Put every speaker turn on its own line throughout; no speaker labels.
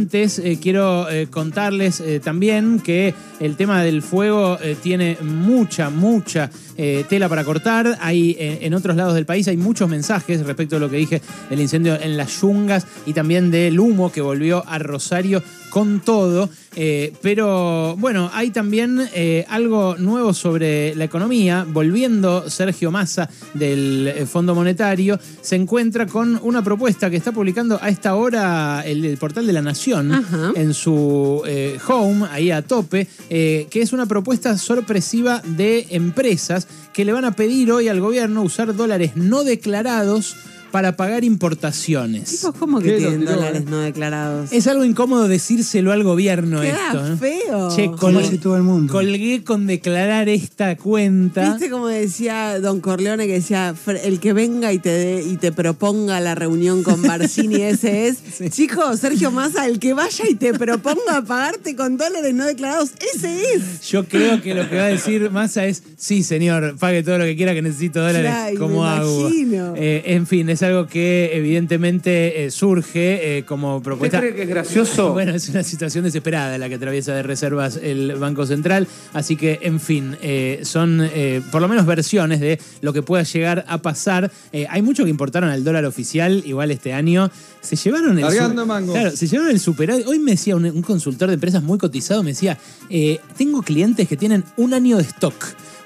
Antes eh, quiero eh, contarles eh, también que el tema del fuego eh, tiene mucha, mucha eh, tela para cortar. Hay eh, en otros lados del país hay muchos mensajes respecto a lo que dije del incendio en las yungas y también del humo que volvió a Rosario con todo. Eh, pero bueno, hay también eh, algo nuevo sobre la economía. Volviendo Sergio Massa del eh, Fondo Monetario, se encuentra con una propuesta que está publicando a esta hora el, el portal de la Nación
Ajá.
en su eh, home, ahí a tope, eh, que es una propuesta sorpresiva de empresas que le van a pedir hoy al gobierno usar dólares no declarados para pagar importaciones.
Chicos, ¿cómo que
¿Qué
tienen
los tiró,
dólares
eh?
no declarados?
Es algo incómodo decírselo al gobierno
Queda
esto. ¿eh?
feo.
Che, col-
Como hace todo el mundo.
colgué con declarar esta cuenta.
¿Viste como decía Don Corleone que decía, "Fre- el que venga y te dé- y te proponga la reunión con Barcini, ese es? Chico, Sergio Massa, el que vaya y te proponga pagarte con dólares no declarados, ese es.
Yo creo que lo que va a decir Massa es, sí, señor, pague todo lo que quiera que necesito dólares
Ay,
como
me
agua.
imagino.
Eh, en fin, es algo que evidentemente eh, surge eh, como
¿Usted
propuesta.
cree que es gracioso?
Bueno, es una situación desesperada la que atraviesa de reservas el Banco Central, así que, en fin, eh, son eh, por lo menos versiones de lo que pueda llegar a pasar. Eh, hay mucho que importaron al dólar oficial, igual este año. Se llevaron el.
Largando
su-
mangos.
Claro, se llevaron el superávit. Hoy me decía un, un consultor de empresas muy cotizado, me decía, eh, tengo clientes que tienen un año de stock.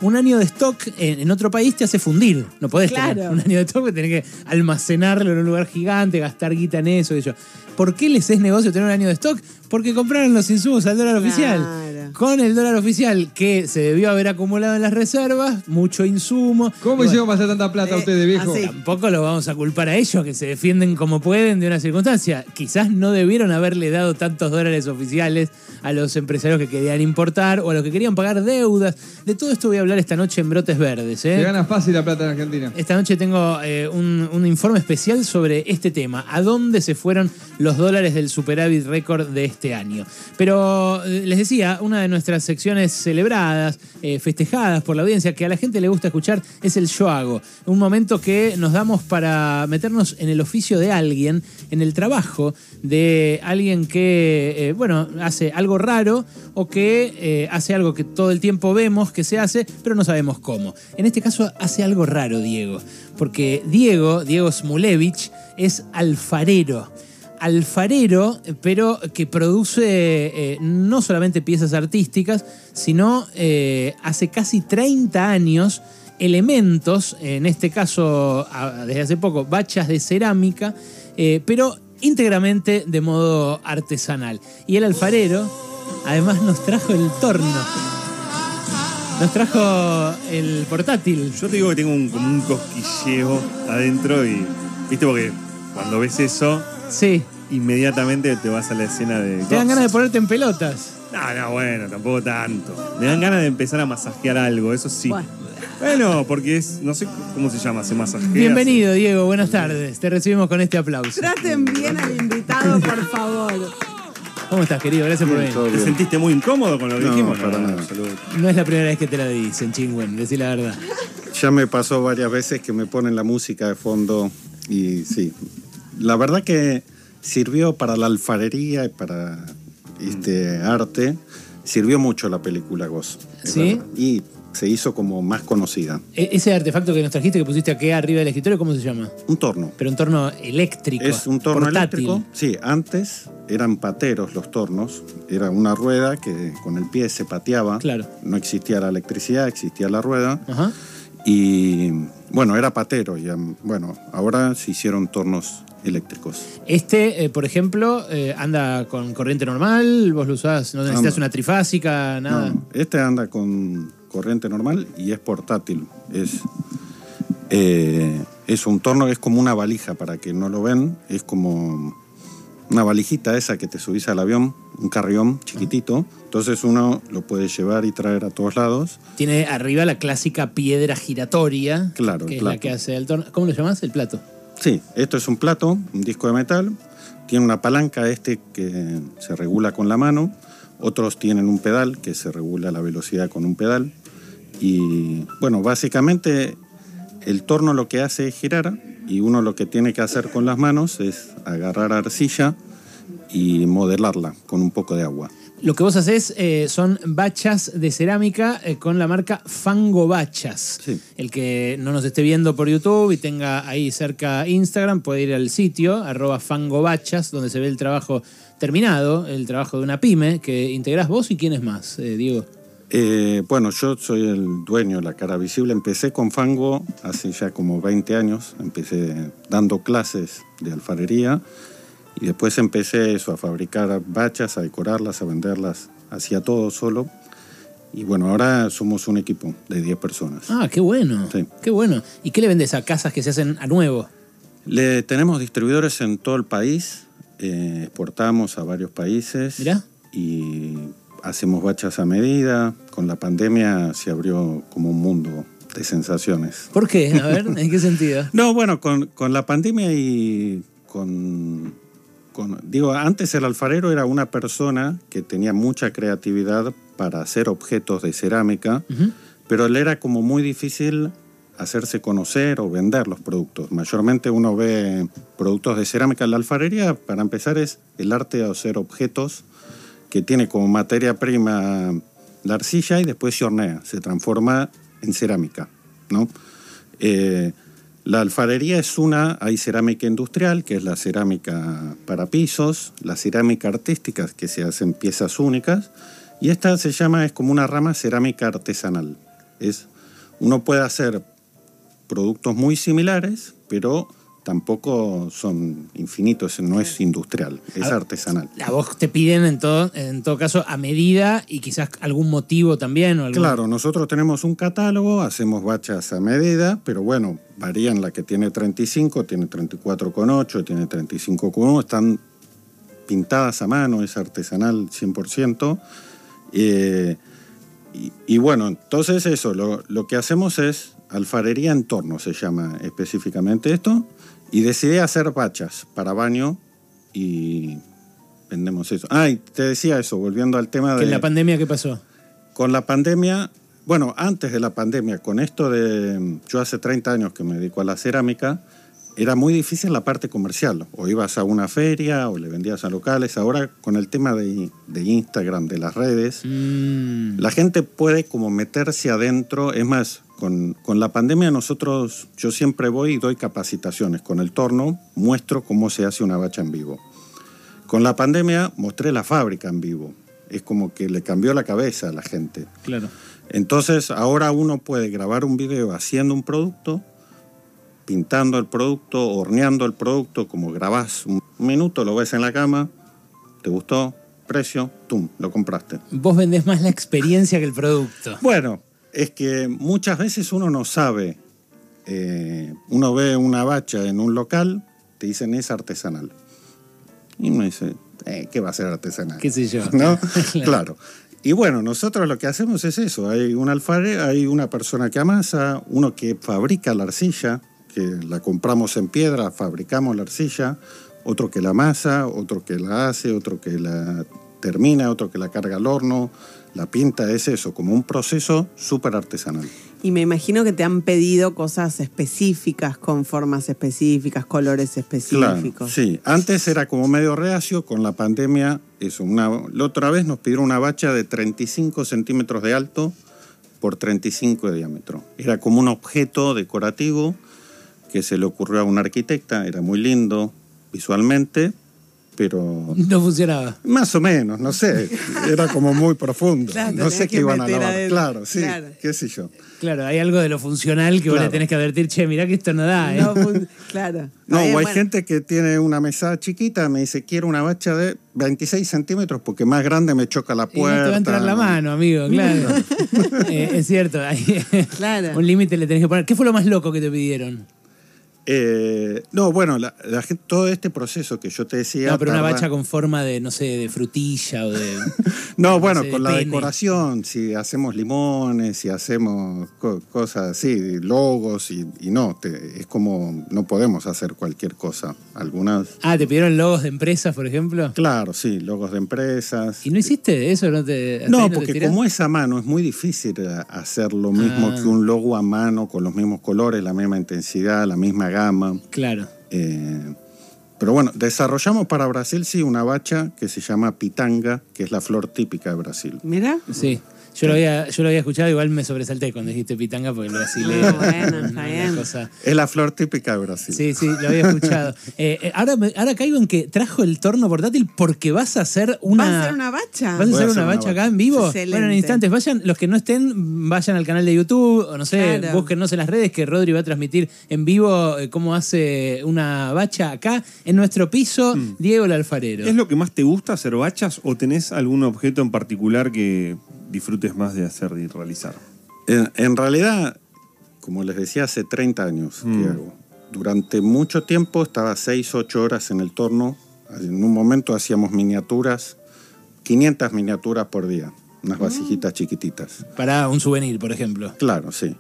Un año de stock en, en otro país te hace fundir. No podés
Claro.
tener un año de stock, tenés que almacenarlo en un lugar gigante, gastar guita en eso. Y yo. ¿Por qué les es negocio tener un año de stock? Porque compraron los insumos al dólar oficial.
Claro.
Con el dólar oficial que se debió haber acumulado en las reservas, mucho insumo.
¿Cómo
Y bueno,
hicieron pasar tanta plata
eh,
a ustedes, viejo?
así.
Tampoco lo vamos a culpar a ellos, que se defienden como pueden de una circunstancia. Quizás no debieron haberle dado tantos dólares oficiales a los empresarios que querían importar o a los que querían pagar deudas. De todo esto voy a hablar esta noche en Brotes Verdes. ¿eh?
Se gana fácil la plata en Argentina.
Esta noche tengo eh, un, un informe especial sobre este tema, a dónde se fueron los dólares del superávit récord de este año. Pero eh, les decía, una de nuestras secciones celebradas, eh, festejadas por la audiencia, que a la gente le gusta escuchar, es el yo hago. Un momento que nos damos para meternos en el oficio de alguien, en el trabajo de alguien que, eh, bueno, hace algo raro o que eh, hace algo que todo el tiempo vemos que se hace, pero no sabemos cómo. En este caso hace algo raro Diego, porque Diego, Diego Smulevich, es alfarero. Alfarero, pero que produce eh, no solamente piezas artísticas, sino eh, hace casi 30 años elementos, en este caso a- desde hace poco, bachas de cerámica, eh, pero íntegramente de modo artesanal. Y el alfarero además nos trajo el torno, nos trajo el portátil.
Yo te digo que tengo un, como un cosquilleo adentro y. ¿Viste? Porque cuando ves eso,
Sí,
inmediatamente te vas a la escena de.
te dan ganas de ponerte en pelotas.
No, no, bueno, tampoco tanto. Me dan ganas de empezar a masajear algo, eso sí.
Bueno.
Bueno, porque es. No sé cómo se llama, se masajea.
Bienvenido Diego, buenas tardes. Te recibimos con este aplauso.
Traten bien al invitado, por favor.
¿Cómo estás querido? Gracias por venir.
se- ¿Te sentiste muy incómodo con lo que
No,
dijimos?
para nada.
absoluto.
No es la primera vez que te la dicen, chingüen, decí la verdad.
Ya me pasó varias veces que me ponen la música de fondo y sí. La verdad que sirvió para la alfarería y para este
Mm.
arte, sirvió mucho la película Ghost. es
¿Sí?
verdad. Y se hizo como más conocida.
E- Ese artefacto que nos trajiste, que pusiste acá arriba del escritorio, ¿cómo se llama?
Un torno.
Pero un torno eléctrico.
Es un torno
portátil.
eléctrico. Sí, antes eran pateros los tornos. Era una rueda que con el pie se pateaba.
Claro.
No existía la electricidad, existía la rueda.
Ajá.
Y bueno, era patero. Y, um, bueno, ahora se hicieron tornos eléctricos.
Este, eh, por ejemplo, eh, anda con corriente normal, vos lo usás, no necesitas
Ambas.
una trifásica, nada.
No, este anda con corriente normal y es portátil. Es, eh, es un torno, es como una valija, para que no lo ven. Es como una valijita esa que te subís al avión, un carrión chiquitito. Entonces uno lo puede llevar y traer a todos lados.
Tiene arriba la clásica piedra giratoria.
Claro,
Que
el
es la
plato.
que hace el torno. ¿Cómo lo llamás? El plato.
Sí, esto es un plato, un disco de metal. Tiene una palanca este que se regula con la mano. Otros tienen un pedal que se regula la velocidad con un pedal. Y bueno, básicamente el torno lo que hace es girar y uno lo que tiene que hacer con las manos es agarrar arcilla y modelarla con un poco de agua.
Lo que vos hacés eh, son bachas de cerámica eh, con la marca Fango Bachas.
Sí.
El que no nos esté viendo por YouTube y tenga ahí cerca Instagram puede ir al sitio, arroba Fango Bachas, donde se ve el trabajo terminado, el trabajo de una pyme que integrás vos y quién es más, eh, Diego.
Eh, bueno, yo soy el dueño de la cara visible. Empecé con fango hace ya como 20 años. Empecé dando clases de alfarería y después empecé eso, a fabricar bachas, a decorarlas, a venderlas. Hacía todo solo. Y bueno, ahora somos un equipo de 10 personas.
Ah, qué bueno.
Sí.
Qué bueno. ¿Y qué le vendes a casas que se hacen a nuevo?
Le tenemos distribuidores en todo el país, eh, exportamos a varios países.
Mirá.
Y hacemos bachas a medida. Con la pandemia se abrió como un mundo de sensaciones.
¿Por qué? A ver, ¿en qué sentido?
No, bueno, con, con la pandemia y con, con- Digo, antes el alfarero era una persona que tenía mucha creatividad para hacer objetos de cerámica, pero le era como muy difícil hacerse conocer o vender los productos. Mayormente uno ve productos de cerámica. La alfarería, para empezar, es el arte de hacer objetos que tiene como materia prima la arcilla y después se hornea, se transforma en cerámica, ¿no? Eh, la alfarería es una, hay cerámica industrial, que es la cerámica para pisos, la cerámica artística, que se hacen piezas únicas, y esta se llama, es como una rama cerámica artesanal. Es, uno puede hacer productos muy similares, pero tampoco son infinitos, no es industrial, es
A-
artesanal.
A vos te piden en todo, en todo caso a medida y quizás algún motivo también. O algún-
Claro, nosotros tenemos un catálogo, hacemos bachas a medida, pero bueno, varían la que tiene 35, tiene 34,8, tiene 35,1, están pintadas a mano, es artesanal 100%. Eh, y, y bueno, entonces eso, lo, lo que hacemos es alfarería en torno, se llama específicamente esto, y decidí hacer bachas para baño y vendemos eso. Ah, y te decía eso, volviendo al tema
Que
de...
en la pandemia, ¿qué pasó?
Con la pandemia, bueno, antes de la pandemia, con esto de. Yo hace 30 años que me dedico a la cerámica, era muy difícil la parte comercial. O ibas a una feria o le vendías a locales. Ahora, con el tema de, de Instagram, de las redes,
Mm,
la gente puede como meterse adentro. Es más, con, con la pandemia, nosotros, yo siempre voy y doy capacitaciones. Con el torno, muestro cómo se hace una bacha en vivo. Con la pandemia, mostré la fábrica en vivo. Es como que le cambió la cabeza a la gente.
claro.
Entonces ahora uno puede grabar un video haciendo un producto, pintando el producto, horneando el producto, como grabás un minuto, lo ves en la cama, te gustó, precio, tum, lo compraste.
Vos vendés más la experiencia que el producto.
Bueno, es que muchas veces uno no sabe. Eh, uno ve una bacha en un local, te dicen es artesanal. Y uno dice, "Eh, ¿qué va a ser artesanal?
Qué sé yo.
¿No?
Claro.
claro. Y bueno, nosotros lo que hacemos es eso. Hay un alfarero, hay una persona que amasa, uno que fabrica la arcilla, que la compramos en piedra, fabricamos la arcilla, otro que la amasa, otro que la hace, otro que la termina, otro que la carga al horno, la pinta, es eso, como un proceso súper artesanal.
Y me imagino que te han pedido cosas específicas, con formas específicas, colores específicos.
Claro, sí. Antes era como medio reacio, con la pandemia, eso, una, la otra vez nos pidieron una bacha de 35 centímetros de alto por 35 de diámetro. Era como un objeto decorativo que se le ocurrió a un arquitecta, era muy lindo visualmente, pero
No funcionaba.
más o menos, no sé, era como muy profundo,
Claro,
no sé
tenés
qué
que
iban a
meter
lavar,
adentro.
claro, sí,
Claro.
qué sé yo.
Claro, hay algo de lo funcional que vos le
Claro.
tenés que advertir, che, mirá que esto no da, ¿eh?
No, fun- claro.
No,
Está bien,
o hay
bueno.
gente que tiene una mesada chiquita, me dice, quiero una bacha de 26 centímetros porque más grande me choca la
Y no
puerta.
te va a entrar la mano, amigo, claro. Eh, es cierto, hay
Claro.
un límite le tenés que poner. ¿Qué fue lo más loco que te pidieron?
Eh, no, bueno, la, la gente- todo este proceso que yo te decía...
No, pero una
tarda-
bacha con forma de, no sé, de frutilla o de...
No, bueno,
sé,
con la
pene.
decoración, si hacemos limones, si hacemos co- cosas así, logos y, y no, te- es como no podemos hacer cualquier cosa. Algunas...
Ah, ¿te pidieron logos de empresas, por ejemplo?
Claro, sí, logos de empresas.
¿Y no hiciste eso? ¿No, te, hasta ahí
No,
te
porque
tirás?
como es a mano, es muy difícil eh, hacer lo mismo
Ah.
que un logo a mano, con los mismos colores, la misma intensidad, la misma gama.
Claro.
Eh, Pero bueno, desarrollamos para Brasil, sí, una bacha que se llama pitanga, que es la flor típica de Brasil.
Mira.
Sí. Yo lo, había, yo lo había escuchado, igual me sobresalté cuando dijiste pitanga porque el brasileño.
Ah, bueno, está
una
bien.
cosa-
Es la flor típica de Brasil.
Sí, sí, lo había escuchado. Eh, eh, ahora, me- ahora caigo en que trajo el torno portátil porque vas a hacer una.
Va a ser una bacha.
¿Vas a
Voy
hacer una bacha acá en vivo?
Excelente.
Bueno, en instantes, vayan, los que no estén, vayan al canal de YouTube, o no sé,
Claro.
búsquennos en las redes que Rodri va a transmitir en vivo eh, cómo hace una bacha acá en nuestro piso, Diego el alfarero.
¿Es lo que más te gusta hacer bachas o tenés algún objeto en particular que disfrutes más de hacer y realizar?
En, en realidad, como les decía, hace 30 años
Mm.
que hago. Durante mucho tiempo estaba 6, 8 horas en el torno. En un momento hacíamos miniaturas, 500 miniaturas por día, unas vasijitas chiquititas.
Para un souvenir, por ejemplo.
Claro, sí.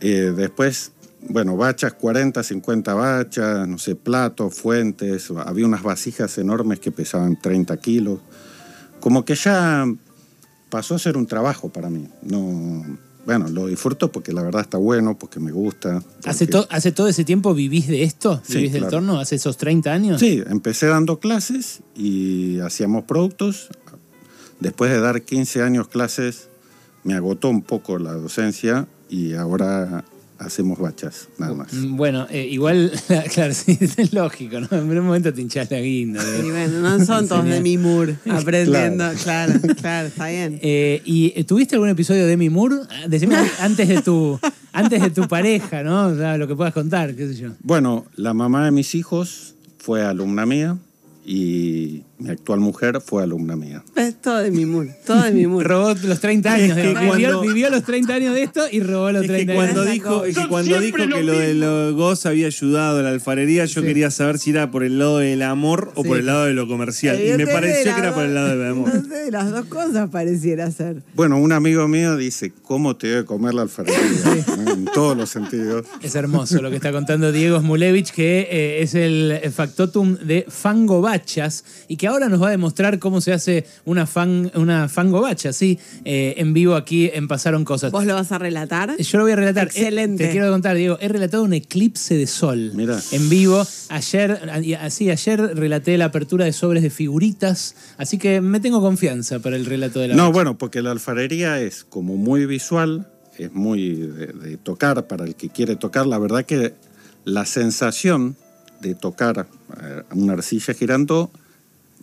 Eh, después, bueno, bachas, 40, 50 bachas, no sé, platos, fuentes. Había unas vasijas enormes que pesaban 30 kilos. Como que ya pasó a ser un trabajo para mí. No, bueno, lo disfruto porque la verdad está bueno, porque me gusta.
¿Hace,
porque-
to- ¿Hace todo ese tiempo vivís de esto?
Sí,
¿Vivís del
claro.
torno? ¿Hace esos 30 años?
Sí, empecé dando clases y hacíamos productos. Después de dar 15 años clases, me agotó un poco la docencia y ahora hacemos bachas, nada más.
Mm, Bueno, eh, igual, claro, sí, es lógico, ¿no? En un momento te hinchás la guinda. de-
Y bueno, no son todos de mi mur aprendiendo. Claro, claro, está bien.
Eh, ¿Y eh, tuviste algún episodio de Demi Moore? Ah, Decime antes de tu, antes de tu pareja, ¿no? O sea, lo que puedas contar, qué sé yo.
Bueno, la mamá de mis hijos fue alumna mía y mi actual mujer fue alumna mía.
Ves, Todo de mi mur, todo de mi mur.
Robó los 30 años.
Es que
digamos. vivió,
cuando-
vivió los 30 años de esto y robó los
Es que
30
cuando
años.
dijo, es que cuando dijo que lo de los Goz había ayudado a la alfarería, yo
Sí.
quería saber si era por el lado del amor o
Sí. este
por el lado de lo comercial. Y me
Evidentemente
pareció
las
que era por el lado del
dos-
amor.
No sé, de las dos cosas pareciera ser.
Bueno, un amigo mío dice, ¿cómo te debe comer la alfarería? ¿no? En todos los sentidos.
Es hermoso lo que está contando Diego Smulevich, que eh, es el factotum de fango bachas y que ahora nos va a demostrar cómo se hace una, fan, una fango bacha, ¿sí? Eh, en vivo aquí en Pasaron Cosas. Eh,
¿Vos lo vas a relatar?
Yo lo voy a relatar.
Excelente.
Eh, Te quiero contar, Diego. He relatado un eclipse de sol
Mirá.
en vivo. Ayer, ah, a- así, ayer relaté la apertura de sobres de figuritas. Así que me tengo confianza para el relato de la
No,
noche.
bueno, porque la alfarería es como muy visual, es muy de, de tocar para el que quiere tocar. La verdad que la sensación de tocar eh, una arcilla girando,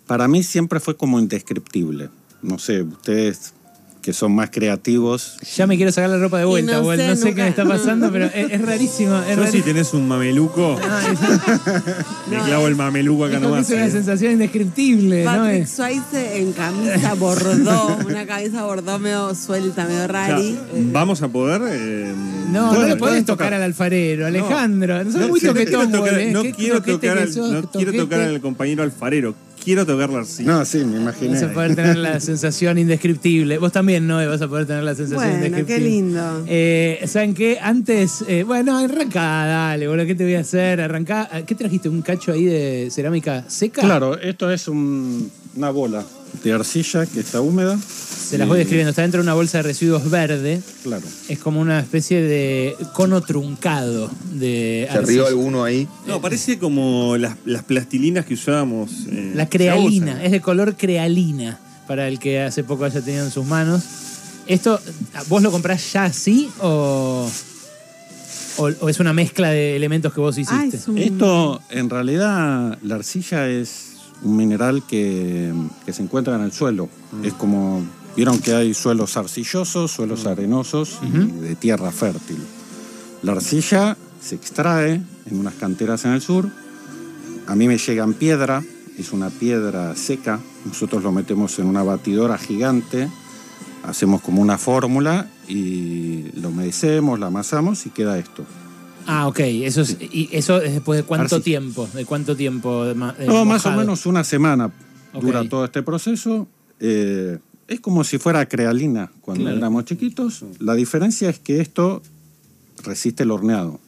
para mí siempre fue como indescriptible. No sé, ustedes que son más creativos,
Ya me quiero sacar la ropa de
Y
vuelta,
no
Bueno,
sé
No sé
nunca.
qué me está pasando, pero es, es rarísimo. Es
Yo si
rarísimo.
tenés un mameluco, me clavo el mameluco acá
Dijo que
nomás.
es una
eh.
sensación indescriptible, ¿no?
Patrick
Es-
Swayze en camisa bordó, una camisa bordó medio suelta, medio
O sea,
rari.
¿Vamos a poder? Eh,
No, no
bueno,
le podés
pueden
tocar,
tocar.
al alfarero, Alejandro. No, sos muy
si no quiero
toquetón,
tocar-
vos,
no
¿eh? Qué
quiero
toquete
tocar
que
al-
sos,
no quiero
toquete.
tocar al compañero alfarero, quiero tocar la arcilla.
No, sí, me
Vas a
imaginé.
poder tener la sensación indescriptible. Vos también, Noé, vas a poder tener la sensación
Bueno,
indescriptible.
qué lindo.
Eh, ¿Saben qué? Antes, eh, bueno, arrancá, dale, boludo, ¿qué te voy a hacer? Arrancá. Ah, ¿Qué trajiste? ¿Un cacho ahí de cerámica seca?
Claro, esto es un- una bola de arcilla que está húmeda.
Se las voy describiendo. Está dentro de una bolsa de residuos verde.
Claro.
Es como una especie de cono truncado de
¿Se rió alguno ahí?
No, parece como las, las plastilinas que usábamos. eh,
La
se usan.
crealina, es de color crealina, para el que hace poco haya tenido en sus manos. ¿Esto vos lo comprás ya así o, o, o es una mezcla de elementos que vos
Ah,
hiciste?
es un-
Esto, en realidad, la arcilla es un mineral que, que se encuentra en el suelo. Es como, vieron que hay suelos arcillosos, suelos arenosos y de tierra fértil. La arcilla se extrae en unas canteras en el sur. A mí me llega en piedra, es una piedra seca. Nosotros lo metemos en una batidora gigante, hacemos como una fórmula y lo humedecemos, la amasamos y queda esto.
Ah, ok. Eso es, y eso es después de cuánto
Arcilla.
tiempo, de cuánto tiempo de ma- de
No, más o
eh, mojado?
menos una semana
Ok.
dura todo este proceso. Eh, es como si fuera crealina cuando
Claro.
éramos chiquitos. La diferencia es que esto resiste el horneado.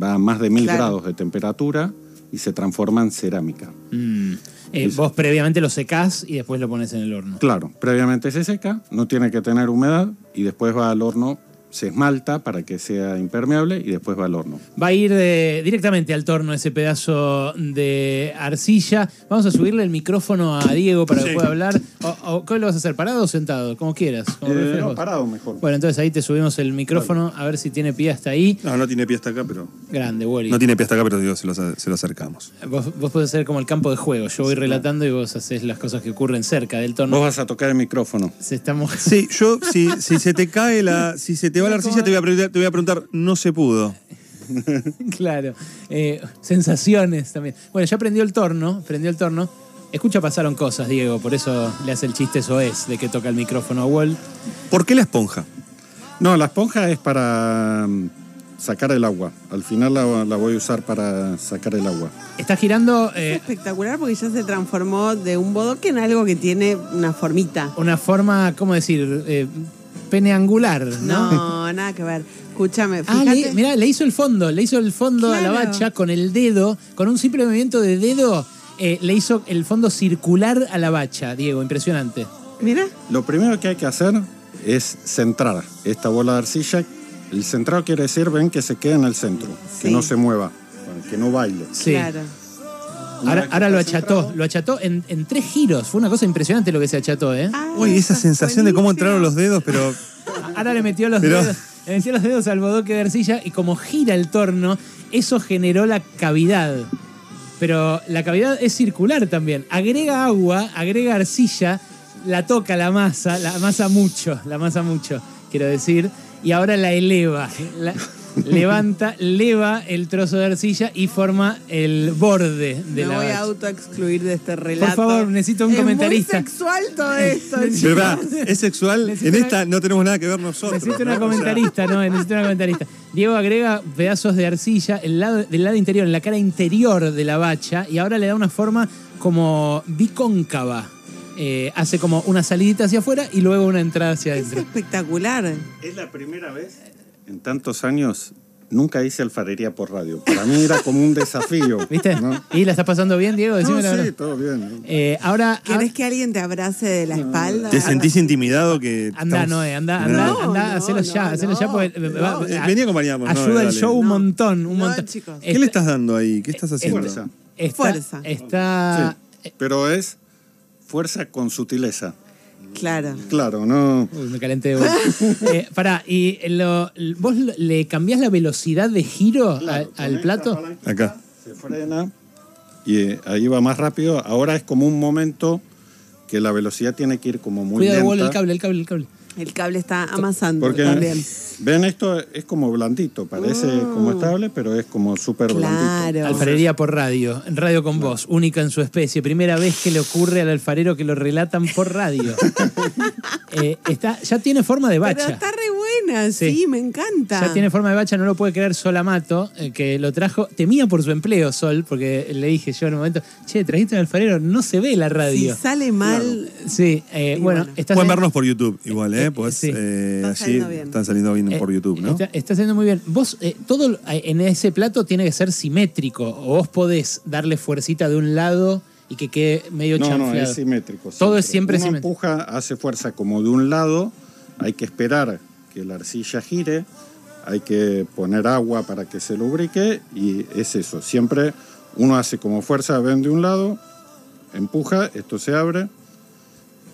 Va a más de mil
Claro.
grados de temperatura y se transforma en cerámica.
Mm. Eh, vos previamente lo secás y después lo pones en el horno.
Claro, previamente se seca, no tiene que tener humedad y después va al horno se esmalta para que sea impermeable y después va al horno.
Va a ir eh, directamente al torno ese pedazo de arcilla. Vamos a subirle el micrófono a Diego para que
Sí.
pueda hablar. O, o- ¿Qué lo vas a hacer? ¿Parado o sentado? Como quieras. como
Eh,
prefieras
no,
vos.
parado mejor.
Bueno, entonces ahí te subimos el micrófono a ver si tiene pie hasta ahí.
No, no tiene pie hasta acá, pero.
Grande, Wally.
No tiene pie hasta acá, pero digo, se lo, se lo acercamos.
Vos, vos podés hacer como el campo de juego. Yo voy relatando y vos haces las cosas que ocurren cerca del
Vos
torno.
vas a tocar el micrófono.
Se está mojando.
Sí, yo, si, si se te cae la. Si se te va la arcilla, te voy a preguntar, te voy a preguntar no se pudo.
Claro. Eh, sensaciones también. Bueno, ya prendió el torno, prendió el torno. Escucha, pasaron cosas, Diego, por eso le hace el chiste soez de que toca el micrófono a Wall.
¿Por qué la esponja?
No, la esponja es para mm, sacar el agua. Al final la, la voy a usar para sacar el agua.
Está girando
Es
eh,
espectacular porque ya se transformó de un bodoque en algo que tiene una formita.
una forma, ¿cómo decir? Eh, pene angular, ¿no?
No, nada que ver. Escúchame,
Ah,
fíjate.
le, mirá, le hizo el fondo, le hizo el fondo a la
Claro.
bacha con el dedo, con un simple movimiento de dedo, eh, le hizo el fondo circular a la bacha, Diego, impresionante.
Mira,
Lo primero que hay que hacer es centrar esta bola de arcilla. El centrado quiere decir, ven, que se quede en el centro, que
Sí.
no se mueva, que no baile.
Sí.
claro.
Ahora, ahora lo acható, lo acható en, en tres giros. Fue una cosa impresionante lo que se acható, ¿eh?
Ah,
Uy, esa
está
sensación de cómo
buenísimo.
entraron los dedos, pero.
Ahora le metió los
Pero-
dedos. Le metió los dedos al bodoque de arcilla y como gira el torno, eso generó la cavidad. Pero la cavidad es circular también. Agrega agua, agrega arcilla, la toca la masa, la masa mucho, la masa mucho, quiero decir, y ahora la eleva. La- levanta, leva el trozo de arcilla y forma el borde de la
Me voy
bacha.
a autoexcluir de este relato.
favor, necesito un
Es
comentarista.
Muy sexual todo esto. chicos.
pero pará, es sexual.
Necesito
En
una-
esta no tenemos nada que ver nosotros.
Necesito una
¿no? O sea,
comentarista, ¿no? Necesito una comentarista. Diego agrega pedazos de arcilla el lado, del lado interior, en la cara interior de la bacha, y ahora le da una forma como bicóncava. Eh, hace como una salidita hacia afuera y luego una entrada hacia
es
adentro.
espectacular.
Es la primera vez en tantos años nunca hice alfarería por radio. Para mí era como un desafío.
¿Viste?
¿no?
¿Y la estás pasando bien, Diego?
No,
Decime la
sí,
verdad.
todo bien.
Eh, ahora.
¿Querés que alguien te abrace de la espalda?
¿Te sentís intimidado que.?
Anda,
estamos-
Noé, anda, anda,
No,
anda,
no,
hacelo ya,
no,
hacelo ya
no,
porque.
no.
va-
Eh,
a-
vení, acompañamos, Noé,
Ayuda el
dale.
show Eh, un
No.
montón, un
No,
montón. Este
chicos.
¿Qué le estás dando ahí? ¿Qué estás haciendo?
Fuerza.
Está,
Fuerza.
Está.
Sí, Pero es fuerza con sutileza.
Claro.
Claro, no.
Uy, me calenté de vuelta. Eh, pará, ¿y lo- vos le cambiás la velocidad de giro a-
Claro, con
al
esta
plato?
palanca
Acá.
Se frena y eh, ahí va más rápido. Ahora es como un momento que la velocidad tiene que ir como muy
Cuidado,
lenta.
bol, el cable, el cable, el cable.
El cable está amasando
Porque
también.
ven esto es como blandito, parece
Mm.
Ah.
como estable, pero es como súper blandito.
Claro.
Alfarería por radio, en radio con voz, única en su especie. Primera vez que le ocurre al alfarero que lo relatan por radio. Eh, está, ya tiene forma de
Pero
bacha.
está re buena, sí,
Sí.
me encanta.
Ya tiene forma de bacha, no lo puede creer Sol Amato, eh, que lo trajo. Temía por su empleo, Sol, porque le dije yo en un momento, che, trajiste un alfarero, no se ve la
Si
radio.
sale mal,
Sí, eh,
Y
bueno,
bueno.
estás
Pueden
en-
vernos por YouTube igual, ¿eh? Pues
Sí.
eh,
Está
allí
saliendo bien.
están saliendo bien por
Eh,
YouTube, ¿no?
Está, está haciendo muy bien. Vos, eh, todo lo- eh, en ese plato tiene que ser simétrico. O vos podés darle fuercita de un lado y que quede medio
No,
chanfleado.
no, es simétrico.
Todo es siempre
Uno
simétrico.
empuja, hace fuerza como de un lado, hay que esperar que la arcilla gire, hay que poner agua para que se lubrique y es eso. Siempre uno hace como fuerza, ven de un lado, empuja, esto se abre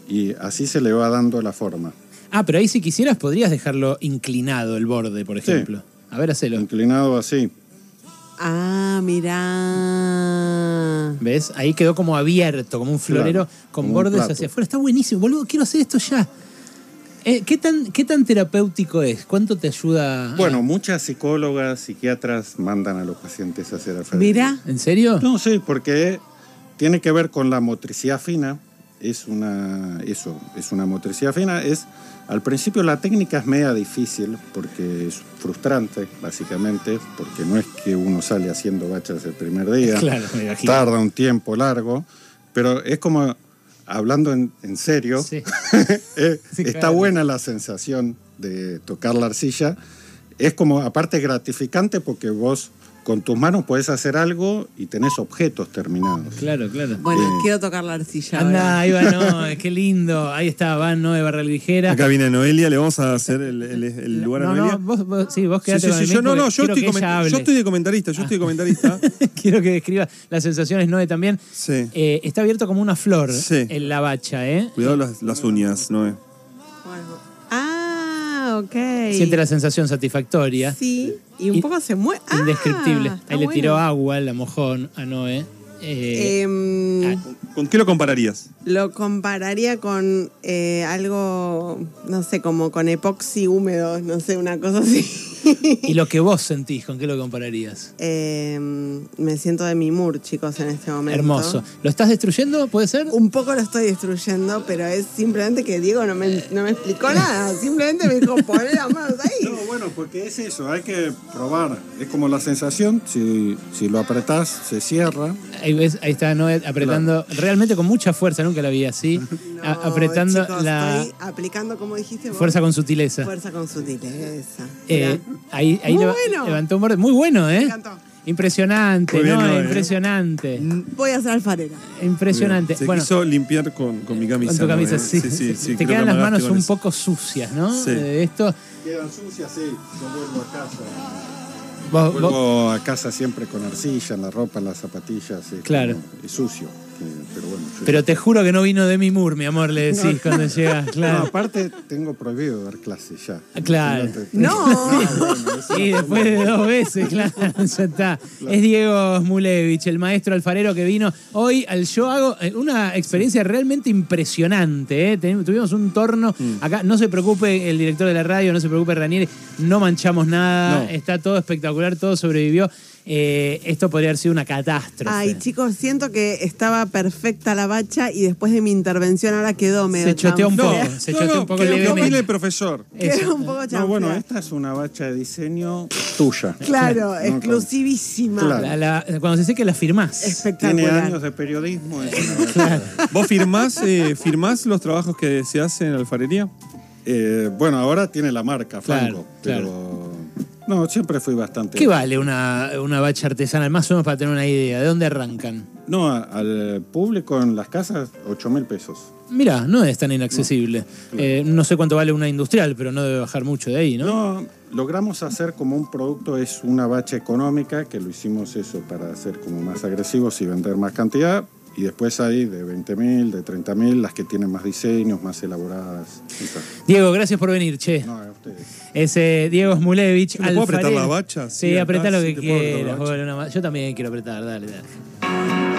y así se le va dando la forma.
Ah, pero ahí si quisieras podrías dejarlo inclinado el borde, por
Sí.
ejemplo. A ver, hacelo.
Inclinado así.
ah, mirá.
¿Ves? Ahí quedó como abierto, como un florero
Claro,
con
como un
bordes
plato.
hacia afuera. Está buenísimo, boludo. Quiero hacer esto ya. Eh, ¿qué, tan, ¿Qué tan terapéutico es? ¿Cuánto te ayuda? a-
Bueno, muchas psicólogas, psiquiatras mandan a los pacientes a hacer alfarería.
Mirá.
¿En serio?
No, sí, porque tiene que ver con la motricidad fina. Es una, eso, es una motricidad fina. Es, al principio la técnica es media difícil porque es frustrante, básicamente, porque no es que uno sale haciendo bachas el primer día.
Claro, me imagino.
Tarda un tiempo largo, pero es como, hablando en, en serio,
Sí.
eh,
Sí,
está
claro.
buena la sensación de tocar la arcilla. Es como, aparte, gratificante porque vos con tus manos podés hacer algo y tenés objetos terminados.
Claro, claro.
Bueno,
Eh.
quiero tocar la arcilla.
Anda,
ahora.
ahí va Noé, qué lindo. Ahí está, va Noé Barra Ligera.
Acá viene Noelia, le vamos a hacer el, el- el lugar
no,
a Noelia.
no, vos, vos- sí, vos quedate
Sí, sí,
con
sí,
el
yo
mail
no,
porque
no, yo
quiero
estoy,
que Ah.
comen-
ella hable.
yo estoy de comentarista, yo estoy de comentarista.
Quiero que describa las sensaciones Noé también.
Sí.
Eh, está abierto como una flor
Sí.
en la bacha, ¿eh?
Cuidado las, las uñas, Noé.
Ah, ok.
Siente la sensación satisfactoria.
Sí, y un
In-
poco se mueve. Ah,
Indescriptible.
está
Ahí le
bueno.
tiró agua, la mojón a Noé. Eh,
Em,
ah,
¿Con qué lo compararías?
Lo compararía con eh, algo, no sé, como con epoxi húmedo, no sé, una cosa así.
Eh, ¿Y lo que vos sentís, con qué lo compararías?
Em, me siento de mimur, chicos, en este momento. Uh.
Hermoso. ¿Lo estás destruyendo? ¿Puede ser?
Un poco lo estoy destruyendo, pero es simplemente que Diego no me, no me explicó nada. Simplemente me dijo, poné las manos ahí.
No, bueno, porque es eso, hay que probar. Es como la sensación, si, si lo apretás, se cierra.
Ahí, ves, ahí está Noé apretando, realmente con mucha fuerza, nunca la vi así. a-
No,
apretando
chicos,
la
estoy aplicando, como dijiste vos,
fuerza con sutileza.
fuerza con sutileza.
Eh, ahí ahí
Muy
leva-
bueno.
levantó un borde. Muy bueno, ¿eh?
encantó.
Impresionante,
Muy bien,
Noé,
Noé.
impresionante.
Voy a ser alfarera.
Impresionante.
Se
bueno,
quiso limpiar con, con mi camisa.
con tu camisa,
Noé.
sí.
sí, sí,
Te
creo que
quedan las manos
amagaste con
un
eso.
poco sucias, ¿no?
Sí.
Eh, esto.
Quedan sucias, sí, yo vuelvo a casa.
vos- vos-
Vuelvo a casa siempre con arcilla, en la ropa, en las zapatillas. Es
Claro.
como- es sucio, que- pero bueno. yo-
pero te juro que no vino de mi mur, mi amor, le decís cuando llegas.
No,
Claro.
aparte tengo prohibido dar clases ya.
Ah, claro.
Si te-
No.
Sí, después de dos veces, claro, ya está. Es Diego Smulevich, el maestro alfarero que vino hoy al Yo Hago. eh, Una experiencia realmente impresionante. ¿eh? Ten- Tuvimos un torno. Acá, no se preocupe el director de la radio, no se preocupe Ranieri, no manchamos nada.
No.
Está todo espectacular, todo sobrevivió. Eh, esto podría haber sido una catástrofe.
Ay, chicos, siento que estaba perfecta la bacha y después de mi intervención ahora quedó medio.
Se choteó un
chanfle-
No,
poco, se
no,
choteó
no,
un poco
que lo que
levemente.
opine el profesor.
Quedó un poco
No, bueno,
chanfle-
esta es una bacha de diseño tuya.
Claro,
No,
exclusivísima.
Claro.
La- la- cuando se seque la firmás.
Espectacular.
Tiene años de periodismo. es una bacha.
¿Vos firmás, eh, firmás los trabajos que se hacen en la alfarería?
Eh, bueno, ahora tiene la marca,
Claro,
Franco. Pero no, siempre fui bastante.
¿Qué vale una, una bacha artesanal? Más o menos para tener una idea. ¿De dónde arrancan?
No, a- al público en las casas, 8 mil pesos.
Mirá, no es tan inaccesible. Eh, no sé cuánto vale una industrial, pero no debe bajar mucho de ahí, ¿no?
No, logramos hacer como un producto, es una bacha económica, que lo hicimos eso para ser como más agresivos y vender más cantidad. Y después hay de 20 mil, de 30 mil, las que tienen más diseños, más elaboradas. y tal.
Diego, gracias por venir, che.
No, a ustedes.
Es eh, Diego Smulevich.
¿Yo le puedo
alfarero.
apretar la bacha?
Sí,
Sí, acá
apretá lo
sí
que
te puedo apretar la
quieras.
bacha.
bueno, una ma- Yo también quiero apretar, dale, dale.